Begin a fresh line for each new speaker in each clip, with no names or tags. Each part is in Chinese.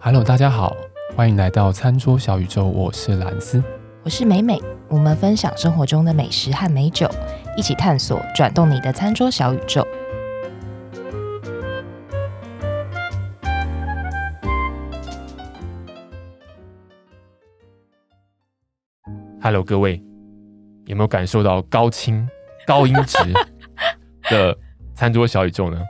Hello，大家好，欢迎来到餐桌小宇宙，我是蓝斯。
我是美美，我们分享生活中的美食和美酒，一起探索转动你的餐桌小宇宙。
Hello，各位，有没有感受到高清、高音 质的餐桌小宇宙呢？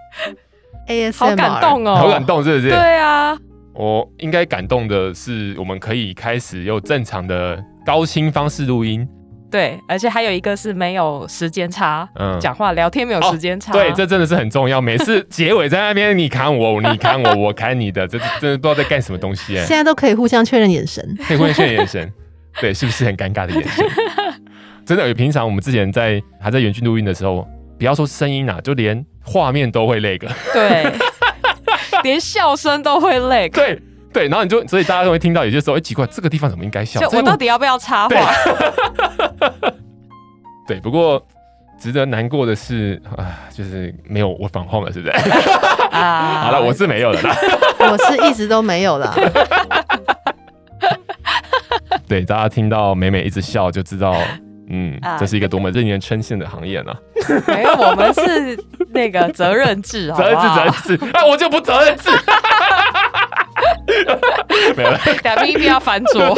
ASMR，
好感动哦，
好感，动，是不是？
对啊，
我应该感动的是，我们可以开始用正常的高清方式录音。
对，而且还有一个是没有时间差，
嗯
讲话聊天没有时间差，
对，这真的是很重要。每次结尾在那边，你砍我，你砍我，我砍你的，这真的不知道在干什么东西哎、
现在都可以互相确认眼神。
黑昏炫眼神，对，是不是很尴尬的眼神？真的，平常我们之前在还在园区录音的时候，不要说声音啦、就连画面都会那个。
对， 连笑声都会累，
对对，然后你就所以大家都会听到有些时候，哎、奇怪，这个地方怎么应该笑？
就
这
我
个
到底要不要插
对
话？
对，不过值得难过的是啊，就是没有我访控了，是不是？
啊
好了，我是没有了啦。
我是一直都没有啦，
对，大家听到美美一直笑就知道。嗯
啊，
这是一个多么令人称羡的行业啊呢、
没有，我们是那个责任制， 好
责任
不好？
制，责任制，啊，我就不责任制。 没有了，
两边一定要翻 桌，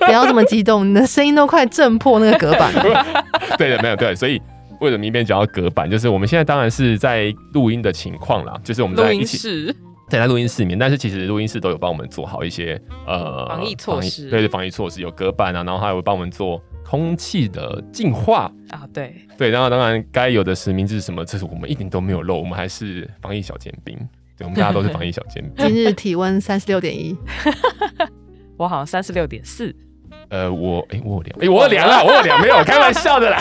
不要这么激动，你的声音都快震破那个隔板了。
对的，没有对，所以为什么一边讲到隔板，就是我们现在当然是在录音的情况啦，就是我们
录
在一
音
起
室
对在录音室里面，但是其实录音室都有帮我们做好一些呃
防疫措施
防疫对对，防疫措施有隔板啊，然后还有帮我们做空气的净化。
啊，对，
对，然后当然该有的实名制什么，这是我们一点都没有漏，我们还是防疫小尖兵。对，我们大家都是防疫小尖兵。
今日体温三十六点一，
我好像三十六点四，
呃，我哎、我有量，哎、我有量了，我有 量，没有，我开玩笑的啦。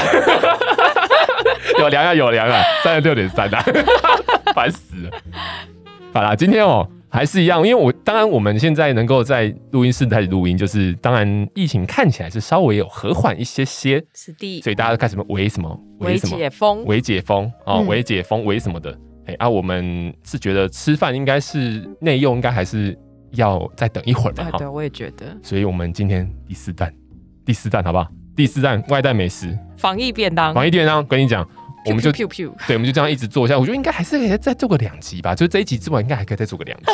有量啊，有量啊，三十六点三啊， 烦死了。好啦，今天哦、还是一样，因为我当然我们现在能够在录音室开始录音，就是当然疫情看起来是稍微有和缓一些些，
是第一
所以大家都开始什么围什么
微
什么
解封，
围解封哦，
嗯
围解封围什么的。哎、啊，我们是觉得吃饭应该是内用，应该还是要再等一会儿吧。
啊，
哈
对，我也觉得
所以我们今天第四弹，第四弹好不好？第四弹外带美食，
防疫便当，
防疫店啊呢，跟你讲，我们就
噗噗，
对，我们就这样一直做下去。我觉得应该还是可以再做个两集吧，就这一集做完，应该还可以再做个两集。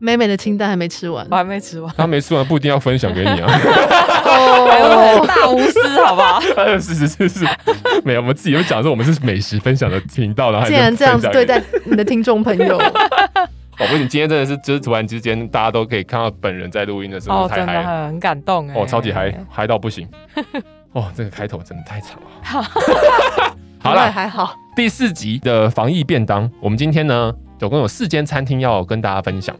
美美的清单还没吃完
我，还没吃完，
他没吃完不一定要分享给你啊。
哎 我很大无私，好不好？
是是是是，没有，我们自己有讲说我们是美食分享的频道，然后还
竟然这样子
分享给
对
你
待你的听众朋友，
哦，不行，今天真的是就是突然之间大家都可以看到本人在录音的时候
哦，
太
真
嗨
的
了，
很感动哎，
哦，超级嗨，嗨到不 行。哦，这个开头真的太长了。 好
了，
了，
还好，
第四集的防疫便当，我们今天呢总共有四间餐厅要跟大家分享。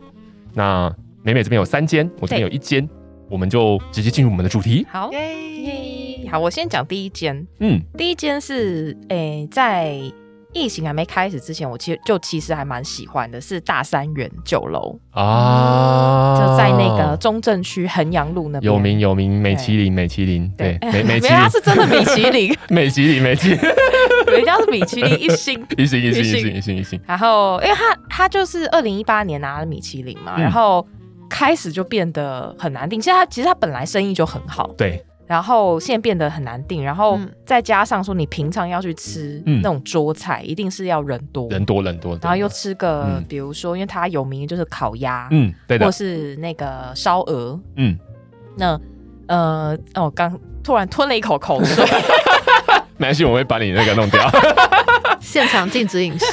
那美美这边有三间，我这边有一间，我们就直接进入我们的主题。
好
耶！
好，我先讲第一间。
嗯，
第一间是，诶、在疫情还没开始之前，我其实就其实还蛮喜欢的，是大三元酒楼，
啊，
哦就在那个中正区衡阳路那边。
有名有名美其林，美其林，对， 美美
没
其
有，它
林，
是真的米其林，
美其林，美其 林，
人家是米其林一星。
一星一星一
一星
星一星一星，
然后，因为它它就是二零一八年拿了米其林嘛，
嗯
然后开始就变得很难定。其实它其实它本来生意就很好，
对，
然后现在变得很难定，然后
嗯
再加上说你平常要去吃
嗯
那种桌菜，一定是要人多，
人多人多，
然后又吃个，
嗯
比如说，因为它有名就是烤鸭，
嗯，对的
或，是那个烧鹅。
嗯，
那呃，哦，我刚突然吞了一口口 水，
没关系，我会把你那个弄掉。
现场禁止饮食，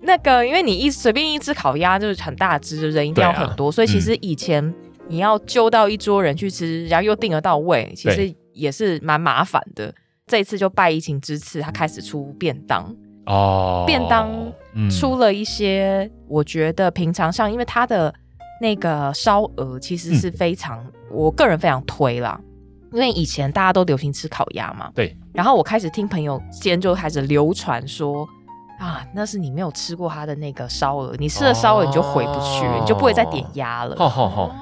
那个因为你一随便一只烤鸭就是很大只，人一定
啊
要很多，所以
嗯
其实以前你要揪到一桌人去吃，然后又订得到位，其实也是蛮麻烦的。这一次就拜疫情之赐，他开始出便当。
哦，
便当
嗯
出了一些，我觉得平常上，因为它的那个烧鹅其
嗯
实是非常，我个人非常推啦。因为以前大家都流行吃烤鸭嘛，
对。
然后我开始听朋友间就开始流传说，啊，那是你没有吃过他的那个烧鹅，你吃了烧鹅你就回不去，
哦
你就不会再点鸭了。
好好好，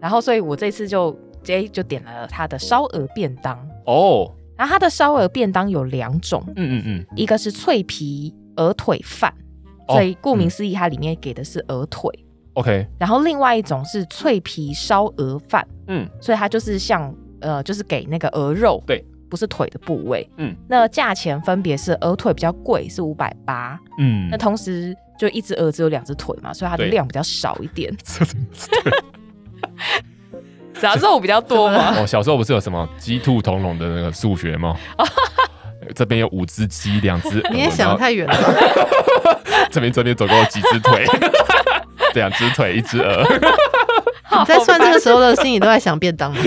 然后，所以我这次就直接就点了他的烧鹅便当。
哦，
然后他的烧鹅便当有两种，
嗯嗯嗯，
一个是脆皮鹅腿饭，
哦
所以顾
嗯
名思义，它里面给的是鹅腿。
OK，
然后另外一种是脆皮烧鹅饭，
嗯，
所以它就是像呃，就是给那个鹅肉，
对，
不是腿的部位，
嗯，
那价钱分别是鹅腿比较贵，是五百八，
嗯
那，同时就一只鹅只有两只腿嘛，所以它的
对
量比较少一点，
这怎么
然后肉比较多嘛，
我哦小时候不是有什么鸡兔同笼的那个数学 吗？这边有五只鸡，两只鹅，
你也
然
想得
后
太远了，
这边这边总共有几只腿？ 两只腿，一只鹅。
你在算这个时候的心里都在想便当吗。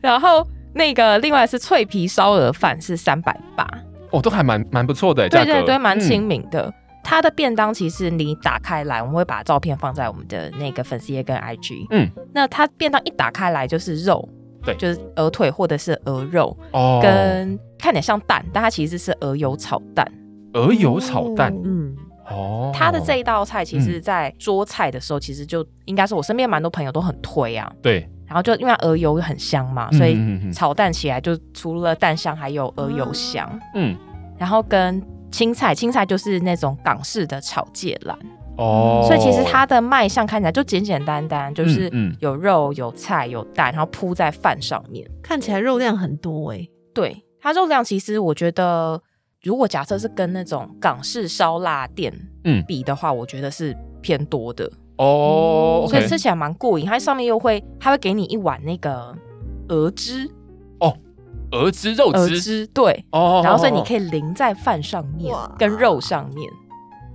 然后那个另外是脆皮烧鹅饭是三百八，
哦，都还蛮蛮不错的，欸
对
价格
对对，蛮亲
嗯
民的。它的便当其实你打开来，我们会把照片放在我们的那个粉丝页跟 IG。
嗯，
那它便当一打开来就是肉，
对
就是鹅腿或者是鹅肉，
哦，
跟看起来像蛋，但它其实是鹅油炒蛋。
鹅油炒蛋
嗯，
哦，
它的这一道菜其实，在桌菜的时候，其实就应该是我身边蛮多朋友都很推啊。
对，
然后就因为它鹅油很香嘛，
嗯
所以
嗯嗯嗯
炒蛋起来就除了蛋香，还有鹅油香。
嗯
然后跟青菜，青菜就是那种港式的炒芥兰，
哦，
所以其实它的卖相看起来就简简单单，就是
嗯嗯
有肉、有菜、有蛋，然后铺在饭上面。
看起来肉量很多哎、
对，它肉量其实我觉得，如果假设是跟那种港式烧腊店
嗯
比的话，我觉得是偏多的，
哦
所以
，OK，
吃起来蛮过瘾。它上面又会，它会给你一碗那个鹅汁，
鹅汁肉
鹅
汁
汁对，
哦，
然后所以你
以
可以淋在饭上面
哇
跟肉上面。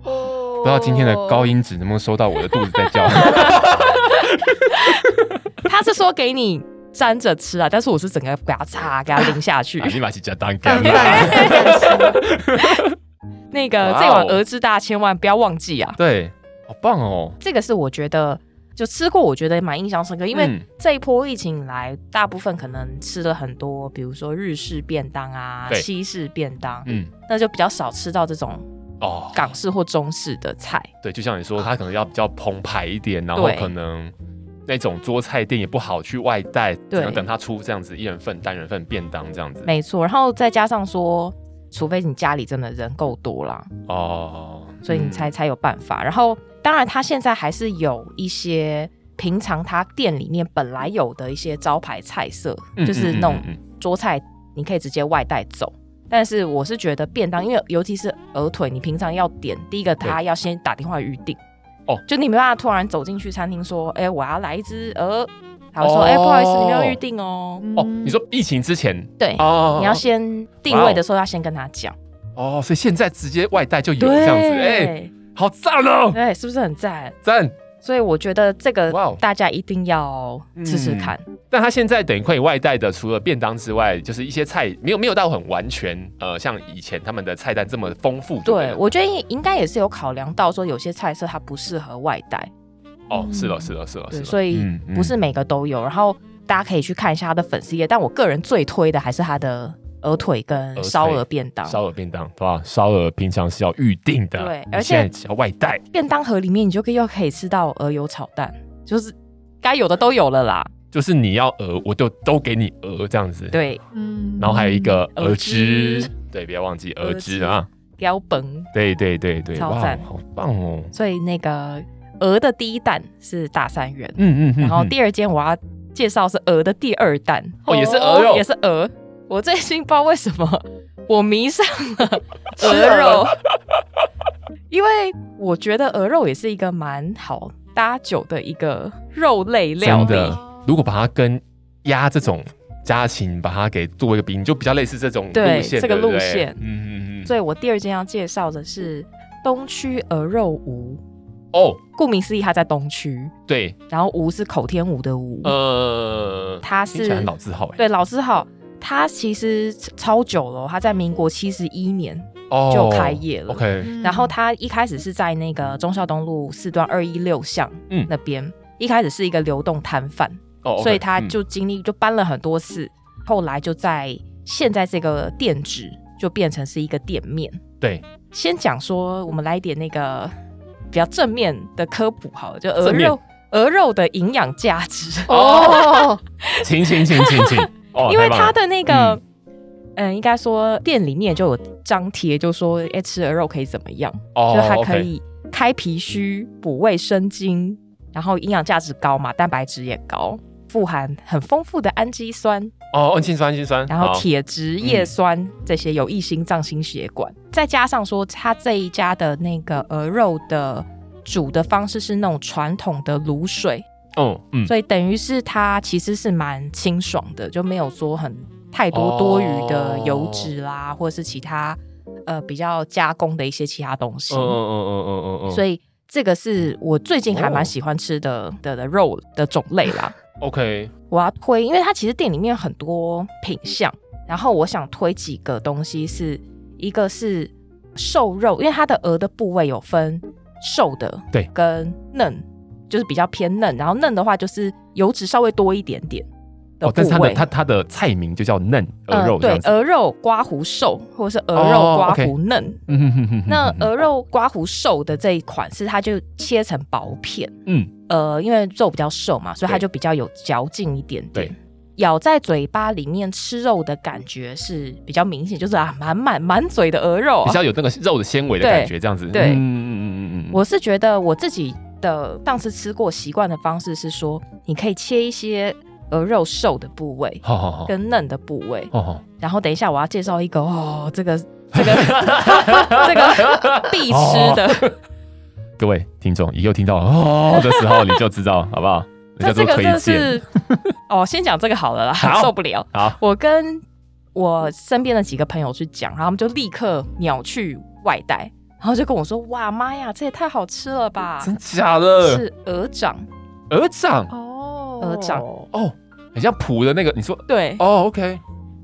不知道今天的高音质能不能收到我的肚子在叫，
哦 他是说给你沾着吃啊，但是我是整个给它擦，给它淋下 去。
立马去加蛋
拌
干啦。
饭拌饭
那个
哇哦
这碗鹅汁大家千万不要忘记啊！
对，好棒哦，
这个是我觉得就吃过，我觉得蛮印象深刻，因为
嗯
这一波疫情以来，大部分可能吃了很多，比如说日式便当啊、
对
西式便当，
嗯
那就比较少吃到这种
哦，
港式或中式的菜。
对，就像你说，它可能要比较澎湃一点，然后
对
可能那种桌菜店也不好去外带，只
对
能等它出这样子一人份、单人份便当这样子。
没错，然后再加上说，除非你家里真的人够多啦，
哦，
所以你
嗯
才、才有办法。然后，当然它现在还是有一些平常它店里面本来有的一些招牌菜色，
嗯
就是那种
嗯嗯嗯
桌菜，你可以直接外带走。但是我是觉得便当，因为尤其是鹅腿，你平常要点，第一个它要先打电话预定，
哦
就你没办法突然走进去餐厅说，哎、我要来一只鹅，然后说，
哦
哎、不好意思，你没有预定哦。
哦，你说疫情之前
对，
哦，
你要先定位的时候要先跟他讲，
哦，所以现在直接外带就有这样子，哎、好赞哦，
对，是不是很赞？
赞！
所以我觉得这个
哇哦
大家一定要试试
嗯
看。
但它现在等于可以外带的，除了便当之外，就是一些菜没有没有到很完全，呃，像以前他们的菜单这么丰富就
对，
了
我觉得应该也是有考量到说有些菜色它不适合外带，
哦，是了，是了，是了，是
嗯对，
了，
所以
嗯嗯
不是每个都有。然后大家可以去看一下它的粉丝页，但我个人最推的还是它的鹅腿跟烧
鹅
鹅
腿
便当。
烧鹅便当，对吧？烧鹅平常是要预定的，
对
你
而且
现在只要外带，
便当盒里面你就可以又可以吃到鹅油炒蛋，就是该有的都有了啦。
就是你要鹅，我就都给你鹅这样子。，
对，
嗯
然后还有一个
嗯
鹅汁
鹅汁，
对，不要忘记鹅
鹅
汁
汁
啊，
标本。
对对对对，
超
哇
赞
好棒哦！
所以那个鹅的第一蛋是大三元，
嗯嗯嗯，
然后
嗯
第二间我要介绍是鹅的第二蛋，
哦也是鹅肉
也是鹅。我最近不知道为什么我迷上 了
啊
鹅肉，因为我觉得鹅肉也是一个蛮好搭酒的一个肉类料
真
理。
的，如果把它跟鸭这种家禽把它给做一个比，你就比较类似这种
对
路线，
这个
对不对
路线
嗯嗯嗯
所以我第二间要介绍的是东区鹅肉吴，
哦，
顾名思义，它在东区，
对，
然后吴是口天吴的吴，
呃，
它
听起来
是
很老字号哎，
对老师好。它其实超久了哦，它在民国七十一年
哦
就开业了
OK，
嗯
然后它一开始是在那个忠孝东路四段二一六巷
嗯
那边，一开始是一个流动摊贩，
哦，OK，
所以他
嗯
就经历就搬了很多次，后来就在现在这个店址就变成是一个店面。
对
先讲说，我们来一点那个比较正面的科普好了，就鹅
正面
肉鹅肉的营养价值，
哦，
请请请请 请，哦，
因为
太棒
它
了
的那个。嗯应该说店里面就有张贴，就说哎、吃鹅肉可以怎么样？
哦
就它可
OK
以开脾虚、补胃生津，然后营养价值高嘛，蛋白质也高，富含很丰富的氨基酸，
哦，氨基酸、氨基酸，
然后
好
铁质、叶酸、
嗯
这些有益心脏、心血管，再加上说它这一家的那个鹅肉的煮的方式是那种传统的卤水，
哦，嗯，
所以等于是它其实是蛮清爽的，就没有说很太
哦
多多余的油脂啦，或者是其他呃比较加工的一些其他东西。
嗯嗯嗯嗯嗯嗯嗯，哦
所
以
以这个是我最近还蛮喜欢吃的、的的肉的种类 啦。
OK，
我要推，因为它其实店里面有很多品相，然后我想推几个东西是，一个是瘦肉，因为它的鹅的部位有分瘦的，
对
跟嫩，就是比较偏嫩，然后嫩的话就是油脂稍微多一点点的
哦，
部
但是它
位。
的它它的菜名就叫嫩鹅肉
嗯、
这
对
样，子，
鹅肉刮胡瘦，或者是鹅
哦
肉刮
OK
胡嫩。
嗯哼哼哼哼
呃那
哼
鹅肉刮胡瘦的这一款是它就切成薄片，
嗯
呃，因为肉比较瘦嘛，所以它
对
就比较有嚼劲一点点
对。
咬在嘴巴里面吃肉的感觉是比较明显，就是啊，满满满嘴的鹅肉、
比
啊。
较有那个肉的纤维的感觉这样子，
对
嗯嗯嗯嗯嗯，
我是觉得我自己的呃上次吃过习惯的方式是说，你可以切一些鹅肉瘦的部位
好好好，
跟嫩的部位，
好好
然后等一下我要介绍一个哦，这个 这个这个必吃的，
各位听众以后听到哦的时候，你就知 道好不好？
那
人家
这
都
个
推
真的
荐，
是， 哦，先讲这个好了啦，
好
受不了。
好，
我跟我身边的几个朋友去讲，然后他们就立刻秒去外带，然后就跟我说：“哇妈呀，这也太好吃了吧
真假！”的
是鹅掌，
鹅掌
哦
呃
鹅掌
哦，很像蒲的那个，你说
对，
哦，OK，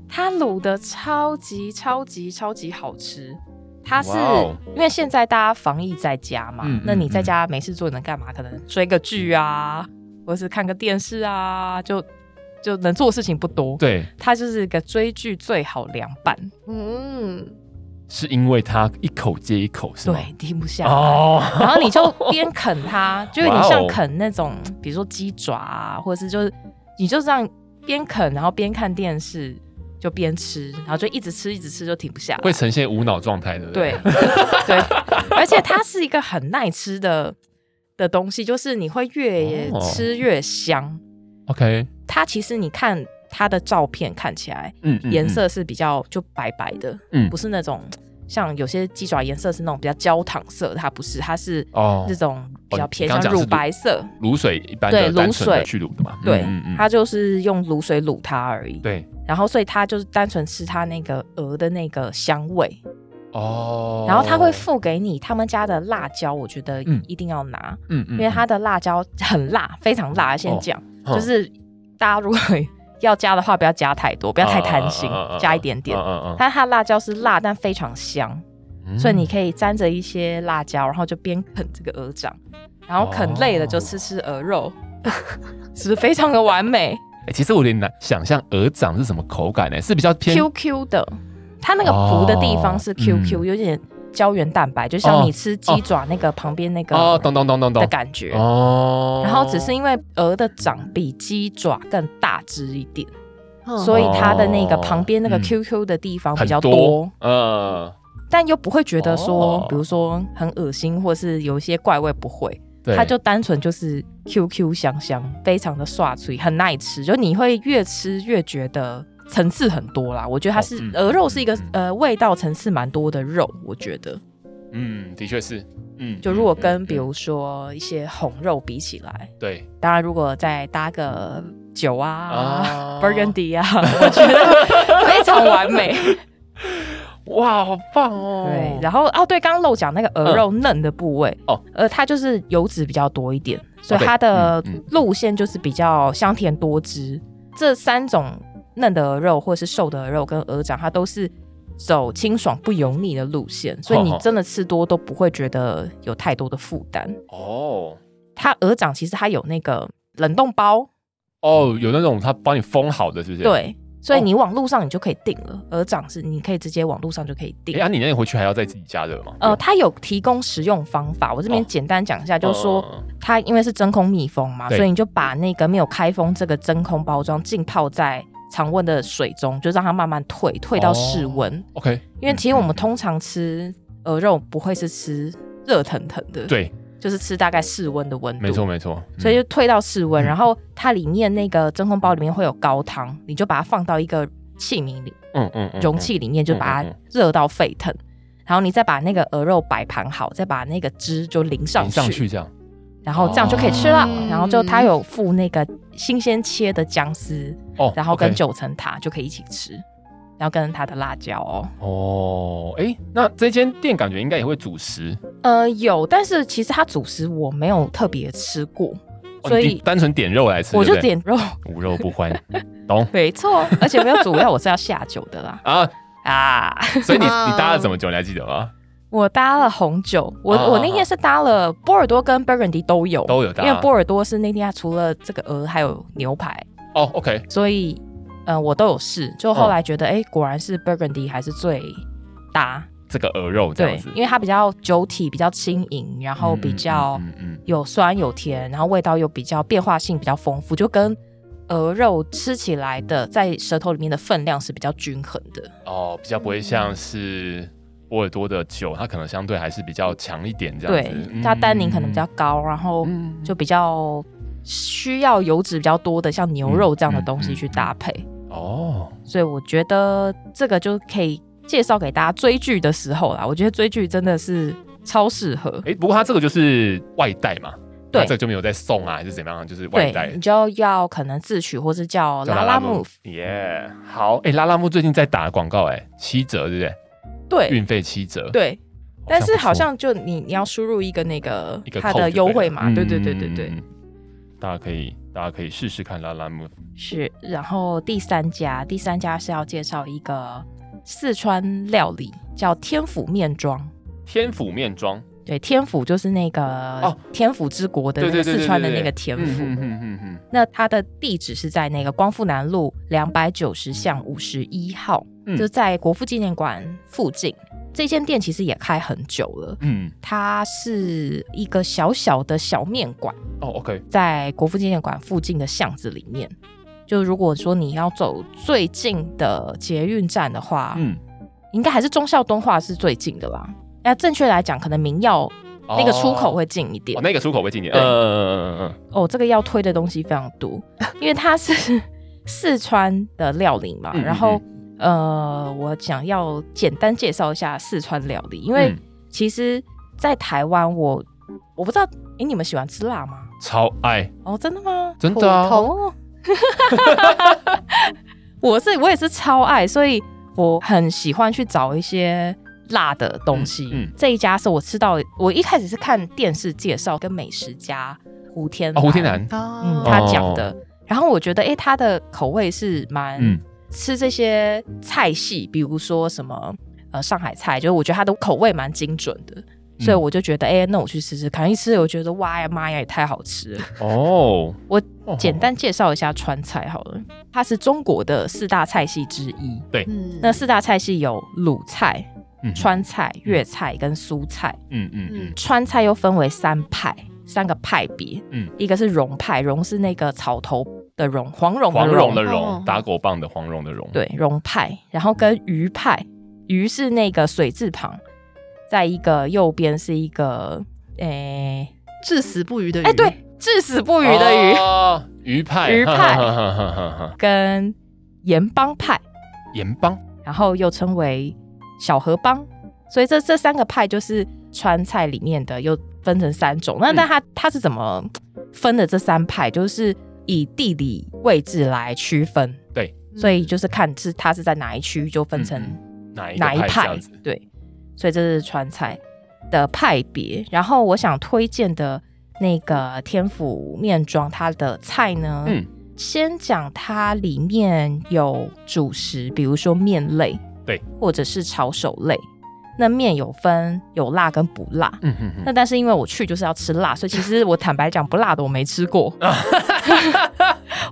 它卤的超级超级超级好吃。它是
哇哦
因为现在大家防疫在家嘛，
嗯
那
嗯
你在
嗯
家没事做能干嘛？可能追个剧啊，或者是看个电视啊，就就能做的事情不多。
对，
它就是一个追剧最好凉拌，
嗯，
是因为它一口接一口是吗？
对，停不下来。
哦，
然后你就边啃它，就有点
哇
像
哦
啃那种，比如说鸡爪啊，或者是就是你就这样边啃，然后边看电视，就边吃，然后就一直吃一直吃，就停不下来。
会呈现无脑状态，对不
对
对？
对，而且它是一个很耐吃的的东西，就是你会越
哦
吃越香。
，OK，
它其实你看它的照片看起来
嗯，嗯
颜，色是比较就白白的，
嗯
不是那种像有些鸡爪颜色是那种比较焦糖色，它不是，它是
哦
这种比较偏
哦
向
你刚刚讲是
乳白色，
嗯卤水一般的
对
单纯
卤
的
水
去卤的嘛，
对
嗯，
它就是用卤水卤它而已。
对，
然后所以它就是单纯吃它那个鹅的那个香味，
哦，
然后它会，附给你他们家的辣椒，我觉得
嗯
一定要拿，
嗯嗯
因为它的辣椒很辣，非常辣。先讲，
哦
就是大家如果要加的话，不要加太多，不
不
要太贪
啊
心，加一点点。
嗯
但它的辣椒是辣，但非常香。
嗯
所以你可以沾着一些辣椒，然后就边啃这个鹅掌，然后
哦
啃累了就吃吃鹅肉，是不是非常的完美
欸其实我有点难想象鹅掌是什么口感欸呢、是比较偏
？Q Q 的，它那个脯的地方是
哦
Q Q，、
嗯
有点胶原蛋白，就像
哦
你吃鸡爪那个旁边那个
哦，懂懂懂懂
的
懂
感觉。
哦，
然后只是因为鹅的掌比鸡爪更大只一点，所
以
以它的那个
哦
旁边那个
嗯
QQ 的地方比
很
较
多，呃，
但又不会觉得说
哦，
比如说很恶心，或是有一些怪味，不会。
对，
它就单纯就是 QQ 香香，非常的刷嘴，很耐吃，就你会越吃越觉得层次很多啦。我觉得它是
哦嗯
鹅肉是一个
嗯
呃味道层次蛮多的肉，我觉得
嗯，的确是，嗯，
就如果跟
嗯
比、如说一些红肉比起来，
嗯对
当然如果再搭个酒啊。
啊
Burgundy 啊，我觉得非常完美。
哇，好棒哦，嗯
对，然后哦，对，刚刚漏讲那个鹅肉嫩的部位
哦，
呃，它就是油脂比较多一点，所以
对
它的
嗯嗯
路线就是比较香甜多汁。这三种嫩的鹅肉或者是瘦的鹅肉跟鹅掌，它都是走清爽不油腻的路线，所以你
哦哦
真的吃多都不会觉得有太多的负担。
哦
它鹅掌其实它有那个冷冻包，
哦，有那种它帮你封好的，是不是？。
对。所以
哦
你网络上你就可以订了，鹅掌是你可以直接网络上就可以订
哎、。啊，你那你回去还要再自己加热吗？
呃，它有提供食用方法，我这边
哦
简单讲一下，
对，
就是说
嗯
它因为是真空密封嘛，
对
所以你就把那个没有开封这个真空包装浸泡在常温的水中，就让它慢慢退，退到室温。
OK，
因为其实我们
哦嗯
呃通常吃鹅肉不会是吃热腾腾的，，
对，
就是吃大概室温的温度，
没错没错，
所以就退到室温，
嗯
然后它里面那个真空包里面会有高汤，你就把它放到一个器皿里、
嗯嗯嗯
容器里面，就把
嗯嗯
它热到沸腾，然后你再把那个鹅肉摆盘好，再把那个汁就淋上
上上
去，
去这样，
然后这样就可以吃了。
哦
然后就它有附那个新鲜切的姜丝，
哦，
然后跟
OK
九层塔就可以一起吃，然后跟它的辣椒哦。
哦，哎、那这间店感觉应该也会主食，
呃，有，但是其实它主食我没有特别吃过，所
哦你
以
单纯点肉来吃，
我就
对不对
点肉，
无肉不欢， 懂
没错，而且没有主要我是要下酒 的啦。
啊？
啊，
所以你
啊
你搭了什么酒，你还记得吗？
我搭了红酒，我、
啊
我那天是搭了波尔多跟 Burgundy 都
哦
有，
都有搭
因为波尔多是那天它啊除了这个鹅还有牛排，
哦，OK，
所以呃我都有试，就
嗯
后来觉得哎、诶果然是 Burgundy 还是最搭，
这个鹅肉这样
对
子，，
因为它比较酒体比较轻盈，然后比较
嗯嗯
有酸有甜，然后味道又比较变化性比较丰富，就跟鹅肉吃起来的在舌头里面的分量是比较均衡的。
嗯哦，比较不会像是波尔多的酒，它可能相对还是比较强一点这样
对
子，，
它单宁可能比较高，然后
嗯
就比较需要油脂比较多的，像牛肉这
嗯
样的东西去搭配。
哦，
所以我觉得这个就可以介绍给大家追剧的时候啦。我觉得追剧真的是超适合，
哎、不过它这个就是外带嘛，
对
它这个就没有在送啊，还是怎么样，就是外带
对你。就要可能自取或是叫
叫
哦拉拉
木
木，
耶好，哎、拉拉木最近在打广告、哎，七折，对不对？
对
运费七折，
对。
不错，
但是好像就你你要输入一个那个
一个
它
code
的
就
优
对
惠
了
啊码，对对对对对，
嗯嗯嗯嗯大家可以大家可以试试看拉拉木
是。然后第三家，第三家是要介绍一个四川料理，叫天府面庄。
天府面庄，
对，天府就是那个
哦
天府之国的
对
那
对
个
对对
四川的
对
那个
对
天
嗯
府。
嗯嗯嗯嗯
那它的地址是在那个光复南路两百九十巷五十一号，
嗯
就在国父纪念馆附近。这间店其实也开很久了，
嗯
它是一个小小的小面馆，
嗯，哦，OK，
在国父纪念馆附近的巷子里面。就如果说你要走最近的捷运站的话，
嗯，
应该还是忠孝敦化是最近的啦。那正确来讲，可能民耀那个出口
哦，
会近一点。
哦那个出口会近一点，嗯
对
嗯嗯嗯嗯
哦，这个要推的东西非常多，因为 它是四川的料理嘛。
嗯嗯
啊然后，呃，我想要简单介绍一下四川料理，因为
嗯
其实，在台湾我我不知道，诶，你们喜欢吃辣吗？
嗯，超爱，
哦，真的吗？
真的啊
普通
哦， 我是我也是超爱，所以我很喜欢去找一些辣的东西。
嗯嗯
这一家是我吃到，我一开始是看电视介绍跟美食家胡天
哦，胡天南，
嗯，
哦
他讲的。然后我觉得，哎、他的口味是蛮、
嗯
吃这些菜系，比如说什么呃上海菜，就是我觉得他的口味蛮精准的，
嗯
所以我就觉得，哎、那我去吃吃看。一吃我觉得，哇呀妈呀，也太好吃 了！
哦，
我
哦
简单介绍一下川菜好了，它是中国的四大菜系之
哦
一。
嗯
那四大菜系有鲁菜、
嗯
川菜、粤菜跟苏菜。
嗯嗯嗯
川菜又分为三派，三个派别。
嗯
嗯，一个是蓉派，蓉是那个草头的蓉，黄蓉的
黄蓉的
哦
蓉，打狗棒的黄蓉的蓉，，
对蓉派，然后
嗯
跟鱼派，鱼是那个水字旁，在一个右边是一个诶
至死不渝的鱼，
哎、对，至死不渝的鱼，
哦，鱼派，
鱼派
哈哈哈哈哈哈
跟盐帮派。
盐帮，
然后又称为小河帮。所以这这三个派就是川菜里面的，又分成三种。那
嗯
那它它是怎么分的？这三派就是以地理位置来区分，
嗯，
所以就是看是它是在哪一区，就分成
嗯哪一个
哪一
派这
派
样子？。
对，所以这是川菜的派别。然后我想推荐的那个天府面庄，它的菜呢，
嗯
先讲它里面有主食，比如说面类，
对，
或者是炒手类。那面有分有辣跟不辣，
嗯嗯嗯
那但是因为我去就是要吃辣，所以其实我坦白讲，不辣的我没 吃过，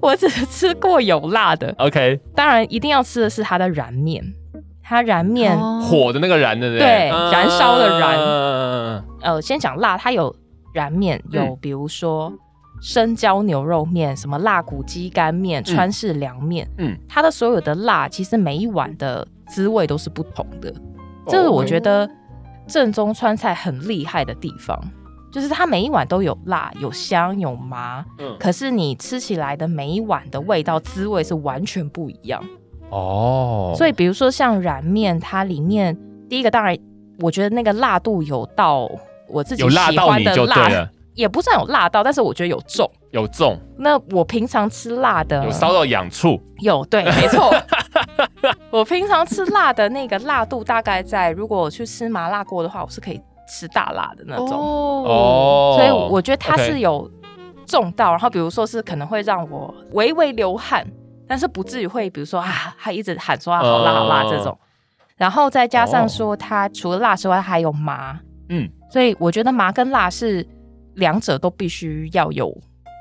我只是吃过有辣的。
，OK，
当然一定要吃的是它的燃面，它燃面、
哦
火的那个燃的，对不
嗯对
嗯
燃烧的燃
嗯
呃，先讲辣，它有燃面，有比如说生椒牛肉面、什么辣骨鸡肝面、川式凉面，
嗯
它的所有的辣，其实每一碗的滋味都是不同的。这是我觉得，正宗川菜很厉害的地方，就是它每一碗都有辣、有香、有麻，
嗯，
可是你吃起来的每一碗的味道、滋味是完全不一样。
哦，
所以比如说像燃面，它里面第一个当然，我觉得那个辣度有到我自己
有辣
喜
到
欢
你
的
就对
辣，
了，
也不算有辣到，但是我觉得有重。
有重，
那我平常吃辣的
有烧到痒处，
有对，没 错。我平常吃辣的那个辣度大概在，如果我去吃麻辣锅的话，我是可以吃大辣的那种。
哦，
哦，
嗯所以我觉得它
OK
是有重到，然后比如说是可能会让我微微流汗，但是不至于会比如说啊，他一直喊说啊好辣好辣
嗯
这种。然后再加
哦
上说，它除了辣之外，它还有麻，
嗯，
所以我觉得麻跟辣是两者都必须要有。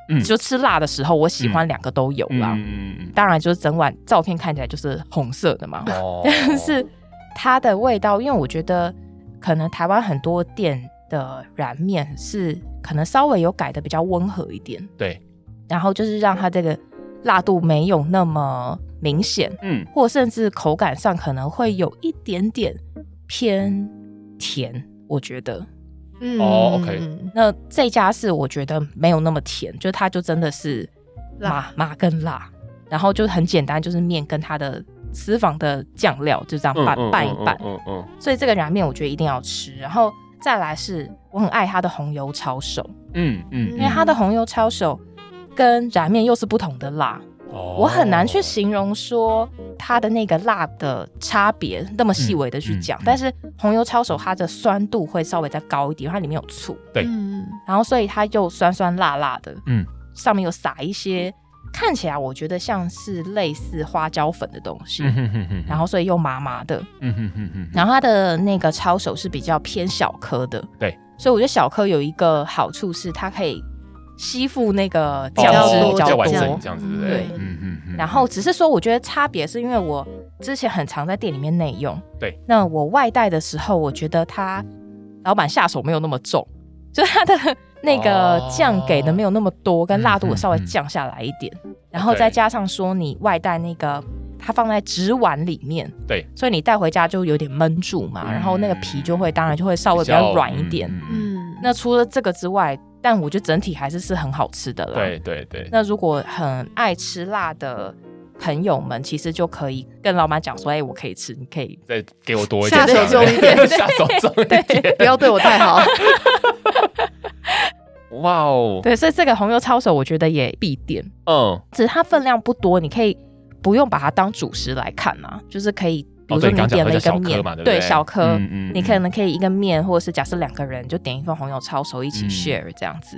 嗯
就吃辣的时候，我喜欢两个都有
嗯
啦。
嗯嗯
当然，就是整碗照片看起来就是红色的嘛。
嗯，哦，
但是它的味道，因为我觉得可能台湾很多店的燃面是可能稍微有改的比较温和一点，
对，
然后就是让它这个辣度没有那么明显，
嗯，
或甚至口感上可能会有一点点偏甜。我觉得
嗯
哦，OK
那这家是我觉得没有那么甜，就它就真的是麻麻跟辣，然后就很简单，就是面跟它的私房的酱料就这样
嗯
拌、
嗯
拌一
嗯
拌，
嗯嗯
所以这个燃面我觉得一定要吃。然后再来是我很爱它的红油抄手，
嗯嗯，
因为它的红油抄手跟燃面又是不同的辣，
我
我很难去形容说它的那个辣的差别那么细微的去讲。
嗯嗯嗯
但是红油抄手它的酸度会稍微再高一点，因为它里面有醋，
对
嗯
然后所以它又酸酸辣辣的，
嗯
嗯，上面有撒一些看起来我觉得像是类似花椒粉的东西，
嗯哼哼哼，
然后所以又麻麻的。
嗯哼哼哼，
然后它的那个抄手是比较偏小颗的，
对，
所以我觉得小颗有一个好处是它可以吸附那个
哦
酱汁
多
比
比较
较
完整
多
这。样子，不
对
嗯嗯嗯，
然后只是说，我觉得差别是因为我之前很常在店里面内用，
对，
那我外带的时候，我觉得他老板下手没有那么重，就是他的那个
哦
酱给的没有那么多，跟
嗯
辣度我稍微降下来一点，然后
OK
再加上说你外带那个。它放在纸碗里面，
对，
所以你带回家就有点闷住嘛，
嗯
然后那个皮就会当然就会稍微比较软一点。，
嗯，
那除了这个之外，但我觉得整体还是是很好吃的啦。
对对对，
那如果很爱吃辣的朋友们，其实就可以跟老板讲说：“哎、我可以吃，你可以。
再给我多一
下
点，
手重一点
下手重一点，
不要对我太 好，
哇哦”，
对，所以这个红油抄手我觉得也必点，
嗯，
只是它分量不多，你可以不用把它当主食来看啊，就是可以，
哦
比如
对
说
你
你
刚
点
讲
了
的
一
小
个
颗
面，
嘛，对不对？
对小颗。
嗯
你可能可以一个面，或者是假设两个人就点一份红油抄手一起
嗯
share 这样子。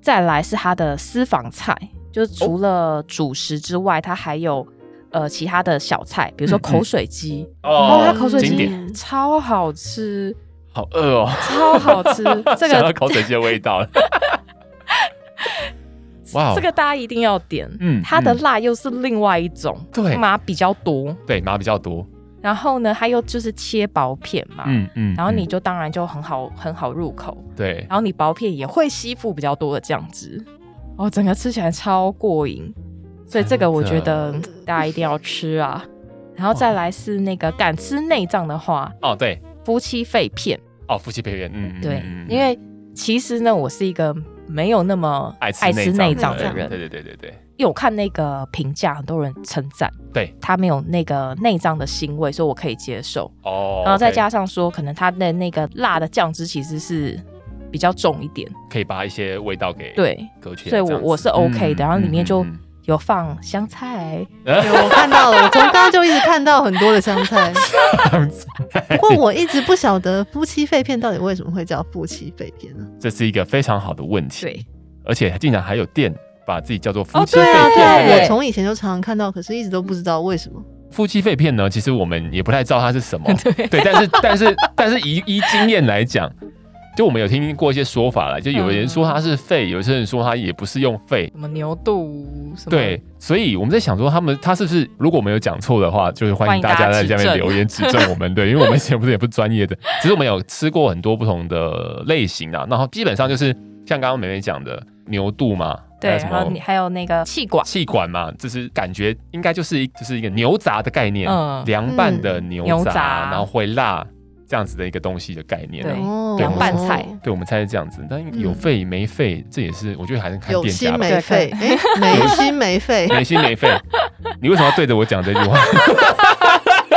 再来是它的私房菜，就是
哦
除了主食之外，它还有呃其他的小菜，比如说
嗯嗯
口水鸡，
哦，
它口水
经
鸡
典，
超好吃，
好饿哦，
超好 吃。 这
想到
个
口水鸡的味 道了，哇哦
这个大家一定要点，
嗯
它的
嗯
辣又是另外一种，
对
麻比较多。
对麻比较多，
然后呢，它又就是切薄片嘛，
嗯嗯，
啊然后你啊
嗯
就当然就很好很好入口，
对
然后你薄片也会吸附比较多的酱汁，哦，整个吃起来超过瘾。所以这个我觉得大家一定要吃啊。然后再来是那个敢吃内脏的话，
哦对
夫妻肺片。
哦夫妻配员，嗯嗯
对
嗯嗯，
因为其实呢，我是一个没有那么
爱
爱吃内脏
的
的人，
对对对对对，
因为我看那个评价，很多人称赞，
对
他没有那个内脏的腥味，所以我可以接受。
哦，
然后再
OK，
加上说，可能它的那个辣的酱汁其实是比较重一点，
可以把一些味道给
对，
隔去，
所以我我是 OK 的。
嗯
然后里面就
嗯嗯
有放香菜，
有我看到了，我从刚刚就一直看到很多的 香菜，不过我一直不晓得夫妻肺片到底为什么会叫夫妻肺片呢？
这是一个非常好的问题，
对，
而且竟然还有店把自己叫做夫妻肺
对啊
片。
对
我从以前就常常看到，可是一直都不知道为什么。
夫妻肺片呢，其实我们也不太知道它是什 么，对，但是 但是但是以依经验来讲，就我们有听过一些说法了，就有人说它是肺，有些人说它也不是用肺，
什么牛肚，什么
对，所以我们在想说，他们他是不是如果我们有讲错的话，就是欢
欢
迎
迎
大
大
家
家
在
指
下面
正
留言指正我们，对，因为我们以前不是也不是专业的，只是我们有吃过很多不同的类型啊，然后基本上就是像刚刚美美讲的牛肚嘛，还
对，
有什
然后
么
你还有那个气管，
气管嘛，就是感觉应该就是一就是一个牛杂的概念，
嗯
凉拌的牛
嗯牛
杂，
杂
然后会辣。这样子的一个东西的概念、啊。
对
哦
凉
拌菜
对，我们猜是这样子，但有
嗯
肺没肺，这也是我觉得还是看
有
店
心
家吧。
没肺，哎，没心没肺，
没心没肺，你为什么要对着我讲这句话？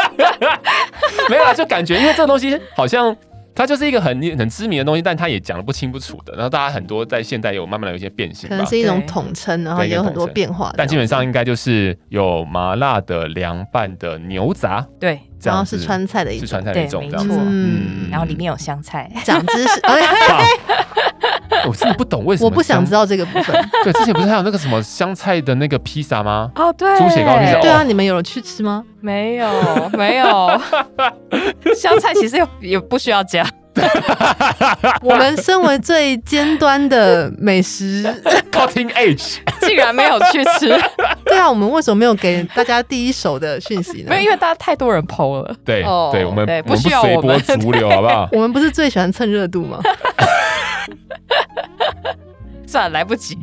没有啊，就感觉因为这个东西好像它就是一个很很知名的东西，但它也讲的不清不楚的。然后大家很多在现代有慢慢的有一些变形
可
吧
能，是一种
对
统称，然后
对一
也
个
有很
统
多
称
变化的。
但基本上应该就是有麻辣的、凉拌的、牛杂
对，
这
然后
样
是
子，
川菜的一
是
种
川，菜的一
对
种
没
这样子
错。
嗯，
然后里面有香菜，
长知识， 哎，
哇我真的不懂为什么
我不想
香
知道这个部分。
对，之前不是还有那个什么香菜的那个披萨 吗？
哦，对
猪血糕披萨
对
哦
啊，你们有去吃吗？
没有 没有，香菜其实也也不需要加，
我们身为最尖端的美食，
Cutting Edge，
竟然没有去 吃，
对啊，我们为什么没有给大家第一手的讯息呢
没有，？因为大家太多人剖了。
对、
哦
对，我们
对
我们
不需要
随
我
波
们
逐 流，好不好？
我们不是最喜欢蹭热度吗？
算了，来不及。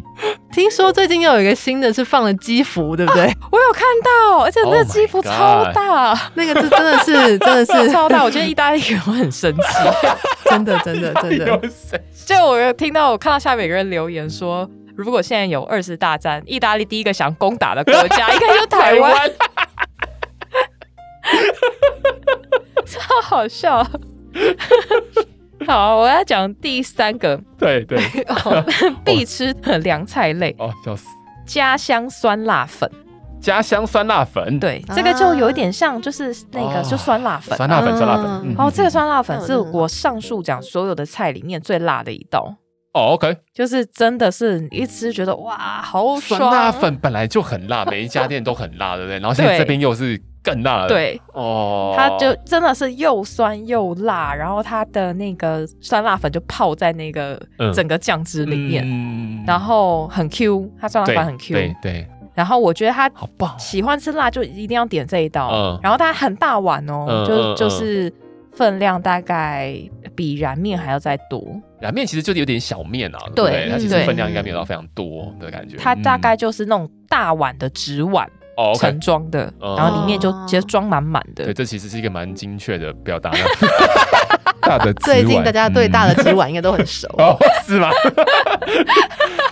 听说最近又有一个新的是放了鸡脯，对不对？
我有看到，而且那
Oh
个
my
鸡脯超
God
大，
那个是真的是真 的是
超大。我觉得意大利人会很生气。
真的真的真的，
有谁？
就我有听到，我看到下面有个人留言说，如果现在有二次大战，意大利第一个想攻打的国家应该就是台湾，
湾
超 好笑。好，我要讲第三个、
对 对，
哦、必吃的凉菜类
哦，笑死！
——家乡酸辣粉。
家乡酸辣粉，，
对，
啊
这个就有点像，就是那个、
哦
就酸辣粉。
酸辣粉，
嗯
酸辣粉。嗯
哦，这个酸辣粉
嗯
是我上述讲所有的菜里面最辣的一道，
哦，OK，
就是真的是一吃觉得哇，好
酸
爽！
辣粉本来就很 辣，每一家店都很辣，对不对？然后现在
对
这边又是更辣了，，
对，
哦，
它就真的是又酸又辣，然后它的那个酸辣粉就泡在那个
嗯
整个酱汁里面，
面
然后很 Q，它酸辣
对
粉很
嗯对
Q，
对，
然后我觉得它
好棒
喜欢吃辣就一定要点这一道，
嗯
然后它很大碗哦，
嗯嗯嗯
就就是分量大概比燃面还要再多，
燃面其实就有点小面啊，对不
对
对，它其实
对
分量应该没有到非常多的感觉，
它大
嗯
概就是那种大碗的纸碗
哦，OK，
盛装的，
嗯
然后里面就直接装满满
对，
的。
这其实是一个蛮精确的表达量。 大 的纸
最近
碗
大家对大、的纸碗应该都很熟。
嗯哦 是吗？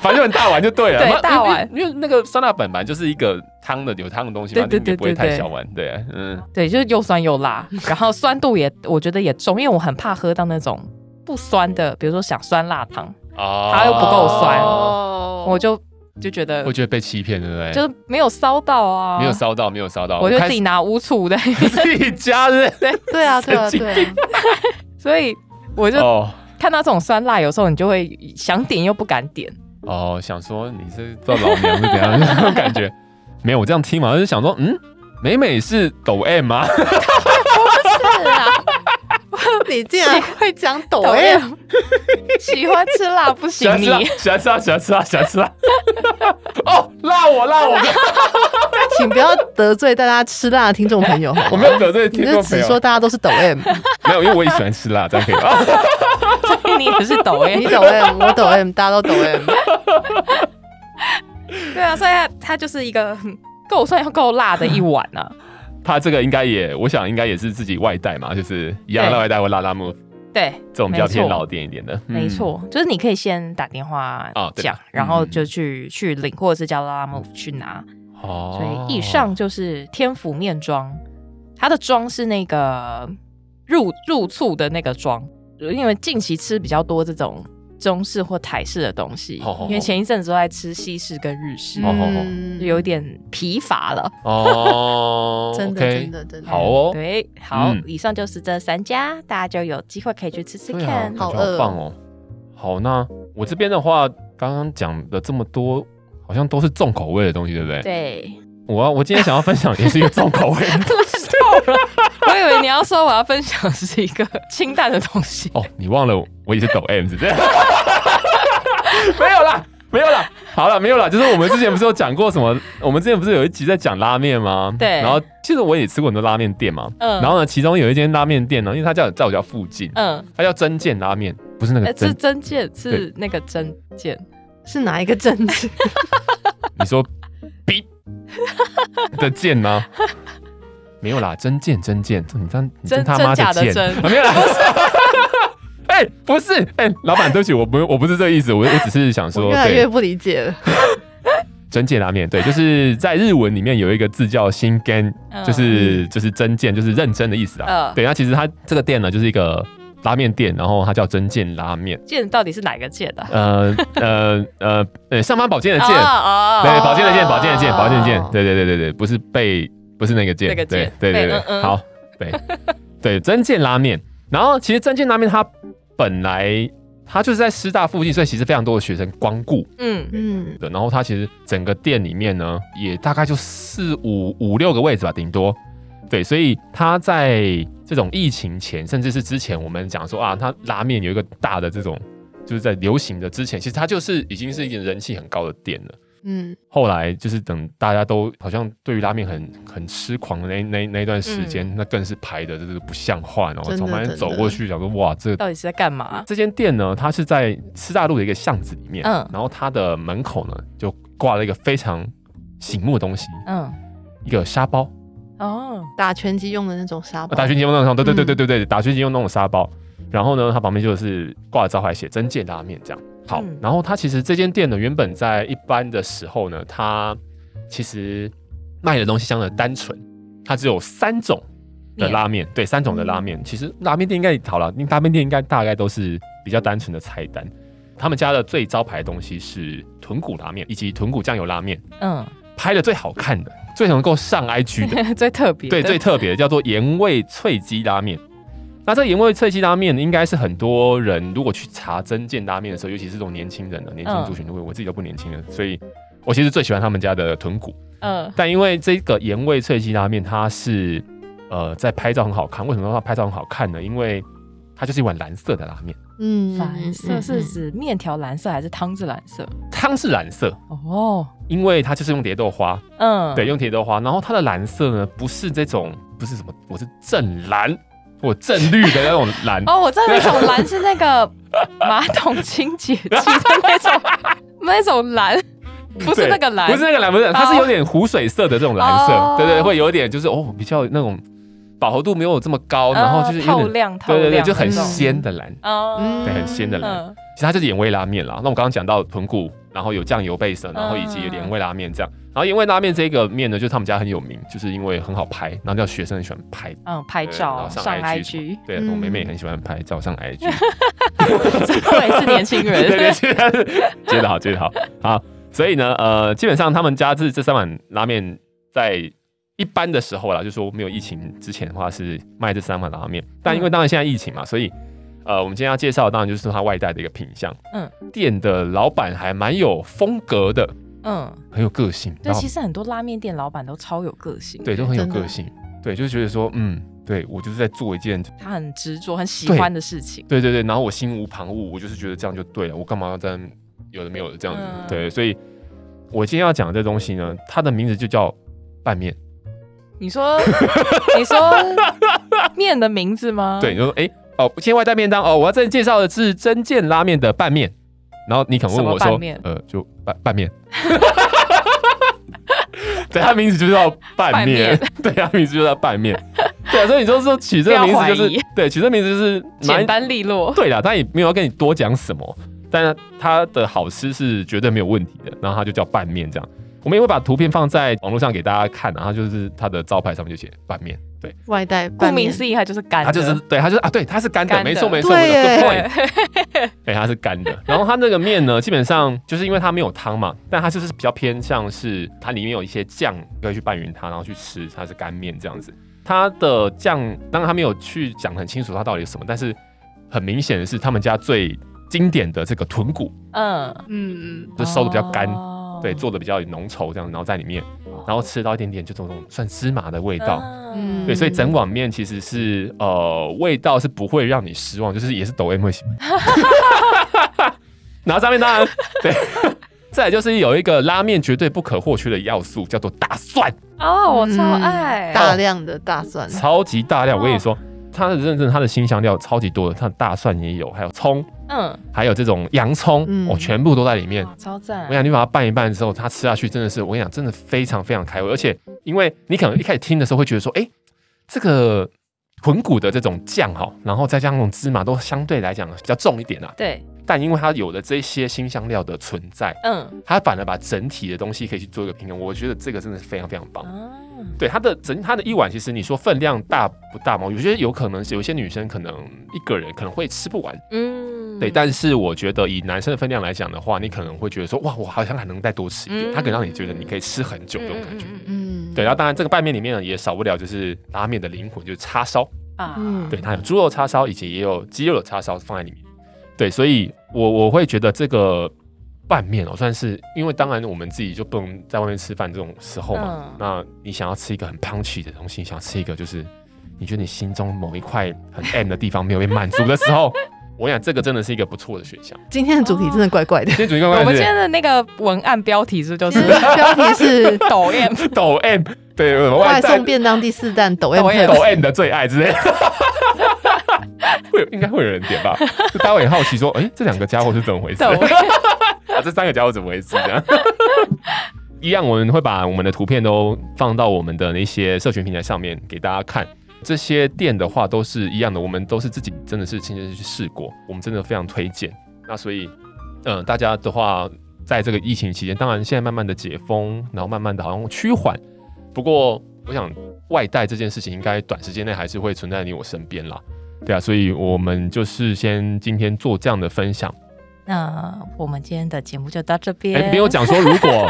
反正就很大碗就对了，
对
因为
大碗
因为因为那个酸辣粉本来就是一个汤的有汤的东西嘛，
对对对
你也不会
对
太
对
小碗，对啊，嗯，
对，就是又酸又 辣，然后酸度也我觉得也重，因为我很怕喝到那种不酸的，比如说想酸辣汤，
哦
它又不够酸
哦
我就就觉得
我觉得被欺骗，对不对？
就是没有烧到啊，
没有，烧到，没有烧到，
我就
开
自己拿乌 醋的，
始自己加热，
对啊对啊
神经
对啊，
所以我 就
哦
看到这种酸辣，有时候你就会想点又不敢点。
哦，想说你是这老娘是怎样 那种感觉？没有，我这样听嘛，就是想说，嗯，美美是抖 M 吗？
是啊，
你竟然会讲抖
讨
M
厌， 喜欢吃辣不
喜
行
欢
你
吃，啊，喜欢吃啊，喜欢吃啊，喜欢吃啊！哦，辣我辣我，
请不要得罪大家吃辣的听 众朋友。
我没有得罪
你
听
就
众朋
只说
友，
大家都是抖 M，
没有，因为我也喜欢吃辣，这样可以吧？
你也是 抖欸
你
M。
抖 M，我抖 M，大家都抖 M。，
对啊，所以它它就是一个嗯 够酸又够辣的一碗 啊。
他这个应该也，我想应该也是自己外带嘛，就是一样的
对
外带或辣辣木
对，
这种比较偏
没错
老店一点的，嗯
没。错，就是你可以先打电话
哦对
讲，然后就去去领，或者是叫拉拉木去拿。所
哦，
以以上就是天府面庄，它的庄是那个入入醋的那个庄，因为近期吃比较多这种中式或台式的东西，
好好好
因为前一阵子都在吃西式跟日式，
哦
就有点疲乏了。
哦
真的
OK
真的真的
好哦，
对，好，
嗯
以上就是这三家，大家就有机会可以去吃吃
对啊，
看
感。觉
好
好
饿哦
棒哦。好，那我这边的话，刚刚讲的这么多，好像都是重口味的东西，对不啊对？
对，
我要我今天想要分享也是一个重口味的，
我以为你要说我要分享的是一个清淡的东西
哦，你忘了我我也是抖 M 是不是？没有啦，没有啦，好了，没有啦。就是我们之前不是有讲过什么？ 我们之前不是有一集在讲拉面吗？
对
然后其实我也吃过很多拉面店嘛。
嗯
然后呢，其中有一间拉面店呢，因为它叫在我家附近，
嗯，
它叫真见拉面，不是那个
呃是
真。
真剑，是那个真剑，
是哪一个政治？
你说 “b” 的见吗？没有啦，真剑真剑，你当你真
真
他妈
真假的
剑，
真
啊没有啦。 哎、不是，哎、老板，对不起，我不，我不是这个意思，我我只是想
我
说，
越来越
对，
不理 解了。
真剑拉面，对，就是在日文里面有一个字叫新干，
嗯
就是就是真剑，就是认真的意思啊。
嗯
对，那其实它这个店呢，就是一个拉面店，然后它叫真剑拉面，
剑到底是哪个剑
啊
的？
呃呃呃呃，上班保健的健，
哦
对，保健的健，保健的健，
哦
保健的健，对对对对对，不是被，不是那个健，
那个
对
健
对对
被
对
嗯，嗯
好，对对，真健拉面。然后其实真健拉面它本来它就是在师大附近，所以其实非常多的学生光顾
嗯，
嗯，
的。然后它其实整个店里面呢，也大概就四五五六个位置吧，顶多。对，所以它在这种疫情前，甚至是之前，我们讲说啊，它拉面有一个大的这种，就是在流行的之前，其实它就是已经是一个人气很高的店了。
嗯，
后来就是等大家都好像对于拉面很很痴狂的那那那一段时间，那更是排的就是不像话，然后
嗯真的
从旁边
真的
走过去，想说哇，这
到底是在干
啊
嘛？
这间店呢，它是在师大路的一个巷子里面，
嗯
然后它的门口呢就挂了一个非常醒目的东西，
嗯，
一个沙包，
哦，
打拳击用的那种沙包，
哦打拳击用那种，对对对对对
嗯
对，打拳击用那种沙包。然后呢，它旁边就是挂了招牌，写“真见拉面”这样。好
嗯，
然后它其实这间店呢，原本在一般的时候呢，它其实卖的东西相对单纯，它只有三种的拉面，对，三
嗯
种的拉面。其实拉面店应该好了，拉面店应该大概都是比较单纯的菜单。他们家的最招牌的东西是豚骨拉面以及豚骨酱油拉面，
嗯，
拍的最好看的、最能够上 IG 的，
哦最特别的，
对，
嗯
最特别的叫做盐味脆鸡拉面。那这个盐味脆鸡拉面应该是很多人如果去查真见拉面的时候，尤其是这种年轻人的啊年
嗯
轻族群，因为、我自己都不年轻了，所以我其实最喜欢他们家的豚骨。
嗯
但因为这个盐味脆鸡拉面，它是呃在拍照很好看。为什么说它拍照很好看呢？因为它就是一碗蓝色的拉面，
嗯，
蓝色
嗯
是指面条蓝色还是汤是蓝色？
汤是蓝色，
哦，
因为它就是用蝶豆花，
嗯，，
对，，用蝶豆花。然后它的蓝色呢，不是这种，不是什么，我是正蓝，我正绿的那种蓝
哦，我知道那种蓝是那 个马桶清洁剂的 那种那种蓝， 不是
对
那个蓝，
不是那个蓝，不是，它是有点湖水色的这种蓝色，
哦
对对，会有一点就是哦，比较那种饱和度没有这么高，然后就是
呃透
有点，
亮透
对
亮
对
那
对，
种，
就很嗯
那种
鲜的蓝，
嗯
哦，
对，很鲜的蓝。
嗯
其实它就是盐味拉面啦。那我刚刚讲到豚骨，然后有酱油贝
嗯
色，然后以及盐味拉面这样。然后盐味拉面这个面呢，就是他们家很有名，就是因为很好拍，然后叫学生很喜欢拍。
嗯，拍
对
照
然后
上
上
IG，
对，
嗯
我妹妹也很喜欢拍照上 IG，
我也是年轻
对对对，
人，
接得 接得好，接得好，好。所以呢，呃，基本上他们家这这三碗拉面在。一般的时候啦，就说没有疫情之前的话是卖这三碗拉面，但因为当然现在疫情嘛，所以呃，我们今天要介绍的当然就是它外带的一个品相。
嗯，
店的老板还蛮有风格的，
嗯，
很有个性，
对，
然后
其实很多拉面店老板都超有个性，
对，都很有
真的
个性，对，就觉得说，嗯，对我就是在做一件，
他很执着，很喜
对
欢的事情，
对对对，然后我心无旁骛，我就是觉得这样就对了，我干嘛要在那边有的没有的这样子？
嗯
对，所以我今天要讲的这东西呢，它的名字就叫拌面。
嗯你说，你说面的名字吗？
对，，你就说，哎、哦，今天外带面当哦，我要这里介绍的是真见拉面的拌面，然后你可能问我
什么
说
拌面，
呃，就拌拌面。 对，它名字就叫拌面， 对，它名字就叫拌面。对啊，所以你就说取这个名字就
不要怀疑
是，对，取这个名字就是蛮
简单利落，
对啦，他也没有要跟你多讲什么，但是它的好吃是绝对没有问题的。然后它就叫拌面这样，我们也会把图片放在网络上给大家看、然后就是它的招牌上面就写拌面，对，
外带
顾
拌面，
名思义，它就是干
它
的，
就是对，它就是啊，对，它是干的，
干的
没错没错，
对
没错
耶
good point 对，它是干的。然后它那个面呢，基本上就是因为它没有汤嘛，但它就是比较偏向是它里面有一些酱可以去拌匀它，然后去吃，它是干面这样子。它的酱当然它没有去讲很清楚它到底是什么，但是很明显的是他们家最经典的这个豚骨，
嗯，
嗯嗯，
就烧的比较干，
哦
对，做的比较浓稠这样，然后在里面，然后吃到一点点就这种算芝麻的味道。
嗯
对，所以整碗面其实是呃，味道是不会让你失望，就是也是抖 M 会喜欢。 然后上面当然对， 再来就是有一个拉面绝对不可或缺的要素，叫做大蒜，
哦，我超
嗯
爱，
大量的大蒜，
超级大量。我跟你说，它的认证它的新香料超级多的，它的大蒜也有，还有葱，
嗯，
还有这种洋葱，
嗯
哦，全部都在里面。
超赞
我，想你把它拌一拌之后，它吃下去真的是，我跟你讲，真的非常非常开胃。而且因为你可能一开始听的时候会觉得说，哎、这个豚骨的这种酱哈，然后再加上那种芝麻，都相对来讲比较重一点啦。
对，
但因为它有了这些新香料的存在，
嗯
它反而把整体的东西可以去做一个平衡。我觉得这个真的是非常非常棒。
啊，
对它的整它的一碗，其实你说分量大不大嘛？我觉得有可能是有一些女生可能一个人可能会吃不完，
嗯，
对。但是我觉得以男生的分量来讲的话，你可能会觉得说哇，我好像还能再多吃一点，
嗯
它可以让你觉得你可以吃很久这种感觉。
嗯嗯嗯
嗯，
对，然后当然这个拌面里面呢也少不了就是拉面的灵魂，就是叉烧。
啊，
嗯
对，它有猪肉叉烧，以及也有鸡肉的叉烧放在里面。对，所以我我会觉得这个拌面哦，算是因为当然我们自己就不能在外面吃饭这种时候嘛，
嗯
那你想要吃一个很 punchy 的东西，你想要吃一个就是你觉得你心中某一块很 M 的地方没有被满足的时候，我想这个真的是一个不错的选项。
今天的主题真的怪怪的，
今天主题
我
关
们
关
今天
是
的那个文案标题是不是就
今
是。
天
嗯
的嗯标题是
抖 M？
抖 M，对，
外
外在
送便当第四弹抖 M
抖 M
抖 M 的最爱之类的。 会有应该会有人点吧，就大家会很好奇说，哎、这两个家伙是怎么回事？
抖 M
啊，这三个家伙怎么回事？这样 一样，我们会把我们的图片都放到我们的那些社群平台上面给大家看。这些店的话都是一样的，我们都是自己真的是亲身去试过，我们真的非常推荐。那所以，嗯、大家的话，在这个疫情期间，当然现在慢慢的解封，然后慢慢的好像趋缓，不过我想外带这件事情应该短时间内还是会存在你我身边啦。对啊，所以我们就是先今天做这样的分享。
那我们今天的节目就到这边。
哎、你没有讲说如果。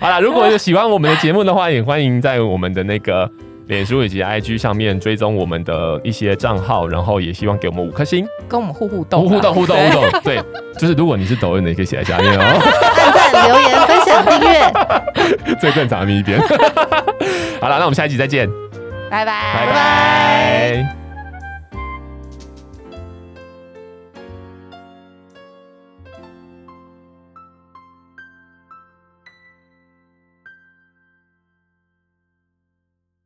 好啦，如果有喜欢我们的节目的话，也欢迎在我们的那个脸书以及 IG 上面追踪我们的一些账号，然后也希望给我们五颗星，
跟我们互互动啊，
互动互动
对
互动。对，就是如果你是抖音的，也可以写在下面哦，
按赞、留言、分享、订阅，
最正常的一点。好啦，那我们下一集再见，
拜拜
拜拜